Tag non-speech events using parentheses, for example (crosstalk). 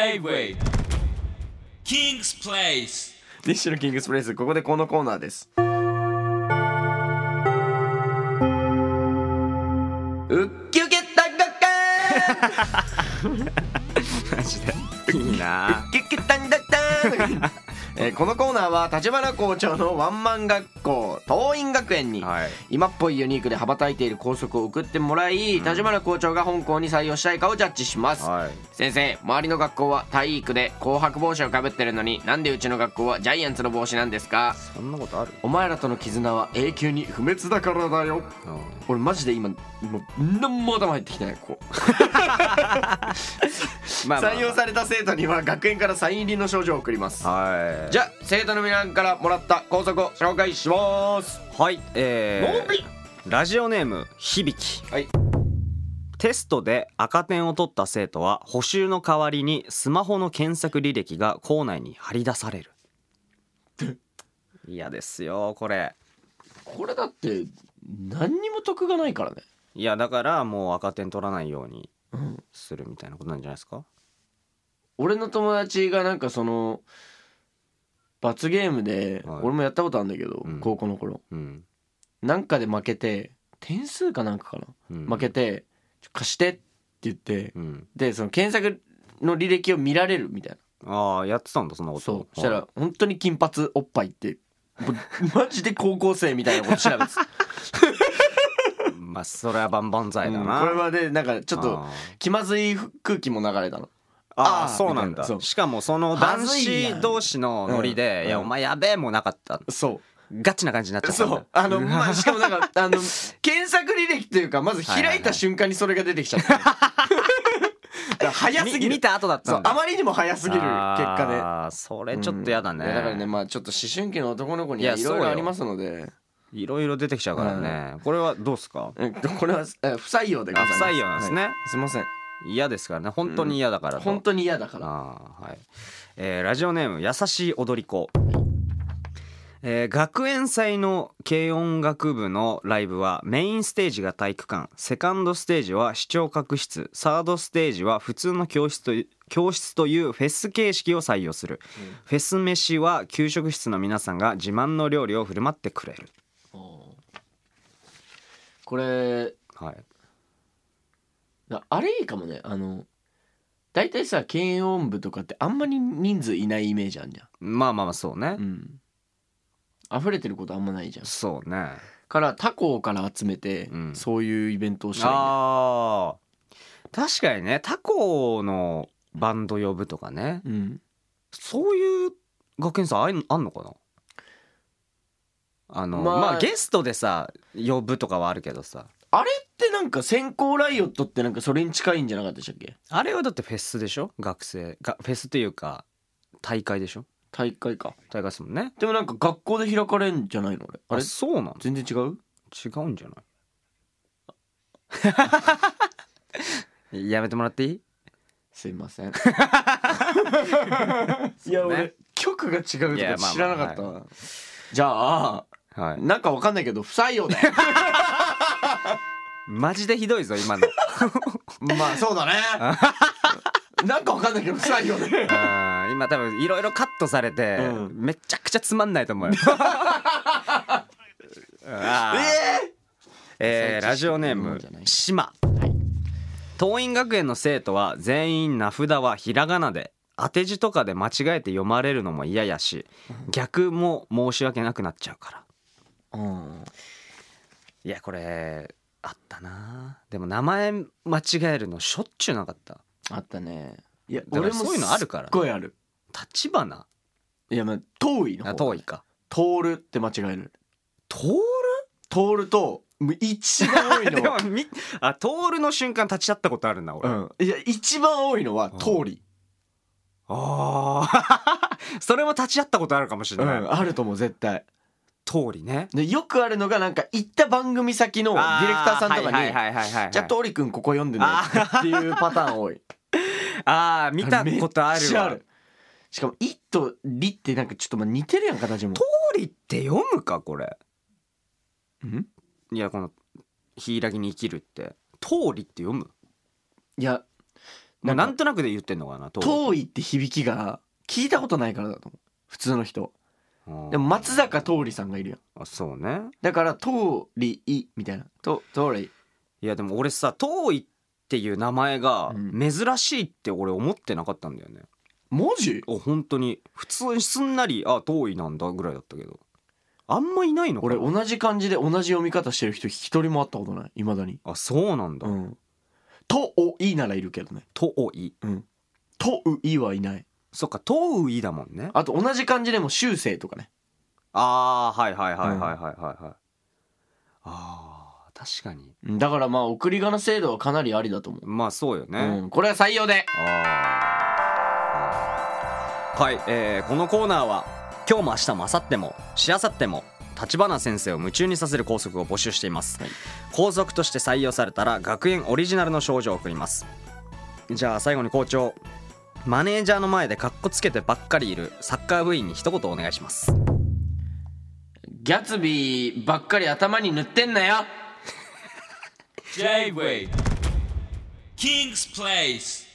J-Way King's Place 西野キングスプレイスここでこのコーナーですウッキウキ大学マジでいいなキッキタンダッタンえーこのコーナーは立花校長のワンマン学校桐蔭学園にはい今っぽいユニークで羽ばたいている校則を送ってもらい立花校長が本校に採用したいかをジャッジします、はい先生周りの学校は体育で紅白帽子をかぶってるのになんでうちの学校はジャイアンツの帽子なんですかそんなことあるお前らとの絆は永久に不滅だからだよう俺マジで今もう何も頭入ってきてない (laughs) ここんまあまあ採用された生徒には学園からサイン入りの賞状を送りますはいじゃあ生徒の皆さんからもらった校則を紹介しますはいえノーピー、ラジオネーム響き、はいテストで赤点を取った生徒は補習の代わりにスマホの検索履歴が校内に貼り出される嫌ですよこれこれだって何にも得がないからねいやだからもう赤点取らないようにするみたいなことなんじゃないですか俺の友達がなんかその罰ゲームで、はい俺もやったことあるんだけど、うん高校の頃うん、なんかで負けて点数かなんかかな、うん、負けて「ちょ貸して」って言って、うんでその検索の履歴を見られるみたいああやってたんだそんなこなとそうそしたら本当に金髪おっぱいってもう (laughs) マジで高校生みたいなこと調べてた、 (laughs) まあそれは万々歳だうんな、これはでなんかちょっとあー気まずい空気も流れたのあーああそうなんみたいなだそうしかもその男子同士のノリうでん「いやうんお前やべえ」もなかったそガチな感じになっちゃうったんそだうあ (laughs) のまあしかもなんかあの検索履歴というかまず開いた瞬間にそれが出てきちゃった、 (laughs) 早すぎみる見た後だっそたうんだあまりにも早すぎる結果ねあーそれちょっとやだねうんいだからねまあちょっと思春期の男の子にいはやいろいそうろよありますのでいろいろ出てきちゃうからねこれはどうですかうんこれはえー不採用でございあま不す採用なんですねはいすいません嫌ですからね本当に嫌だからと本当に嫌だからあーはいえーラジオネーム「優しい踊り子」えー学園祭の軽音楽部のライブはメインステージが体育館セカンドステージは視聴覚室サードステージは普通の教室という教室というフェス形式を採用する、フェス飯は給食室の皆さんが自慢の料理を振る舞ってくれる、これはい、なあれいいかもねあの大体さ軽音部とかってあんまり人数いないイメージあんじゃまあまあまあそうんね、うん溢れてることあんまないじゃんそうねから他校から集めて、うんそういうイベントをしたらあー確かにね他校のバンド呼ぶとかねいいねうんそういう学園祭あんあんのかなあのままああ、ゲストでさ呼ぶとかはあるけどさあれってなんか先行ライオットってなんかそれに近いんじゃなかったでしたっけあれはだってフェスでしょ学生がフェスっていうか大会でしょ大会か大会ですもんねでもなんか学校で開かれんじゃないのあれああれれそうなの全然違う違うんじゃな (laughs) いやめてもらっていいすいませんいや俺曲が違ういとかやまあまあ知らなかったわじゃあはいなんかわかんないけど不採用だよマジでひどいぞ (laughs) 今の (laughs) まあそうだね (laughs) なんかわかんないけど不採 (laughs) 用だよあー今多分いろいろカットされて、うんめちゃくちゃつまんない (laughs) と思うよあーええーラジオネーム島桐蔭学園の生徒は全員名札はひらがなで当て字とかで間違えて読まれるのも嫌やし逆も申し訳なくなっちゃうかえらうんいやこれあったなでも名前間違えるのしょっちゅうなかったあったねいやだからそういうのあるからすっごいある立花いやまあ遠いのあ遠いか通るって間違える徹通るともう一番多いでのも (laughs) はみあ徹の瞬間立ち会ったことあるな俺、あうんいや一番多いのは通りあー (laughs) それも立ち会ったことあるかもしうれない、んあると思う絶対通りねでよくあるのがなんか行った番組先のディレクターさんとかに「じゃあ通りくんここ読んでね」っていうパターン多いあー (laughs) 見たことあめっるちゃわしかも「い」と「り」ってなんかちょっとまあ似てるやん形も通りって読むかこれんいやこの「柊に生きる」って「通り」って読むいやもなうなんかんとなくで言ってんのか「なと遠い」って響きが聞いたことないからだと思う普通の人うんでも松坂桃李さんがいるやんあそうねだから「桃李い」みたいな「と桃李いやでも俺さ遠いっていう名前がうん珍しいって俺思ってなかったんだよね、文字お本当に普通にすんなりあ遠いなんだぐらいだったけどあんまいないのか俺な同じ漢字で同じ読み方してる人一人も会ったことないいまだにあそうなんだ、うん「とおい」ならいるけどね遠い「とうい」はいないそっか遠いだもんねあと同じ漢字でも「修正」とかねああーはいはいはいはいはいはいはい、あー確かにうんだからまあ送り仮名制度はかなりありだと思う、まあそうよね、うん、これは採用であーはい、えーこのコーナーは今日も明日も明後日もしあさっても立花先生を夢中にさせる校則を募集しています、はい校則として採用されたら学園オリジナルの賞状を送りますじゃあ最後に校長マネージャーの前でカッコつけてばっかりいるサッカー部員に一言お願いしますギャツビーばっかり頭に塗ってんなよ J-Way King's Place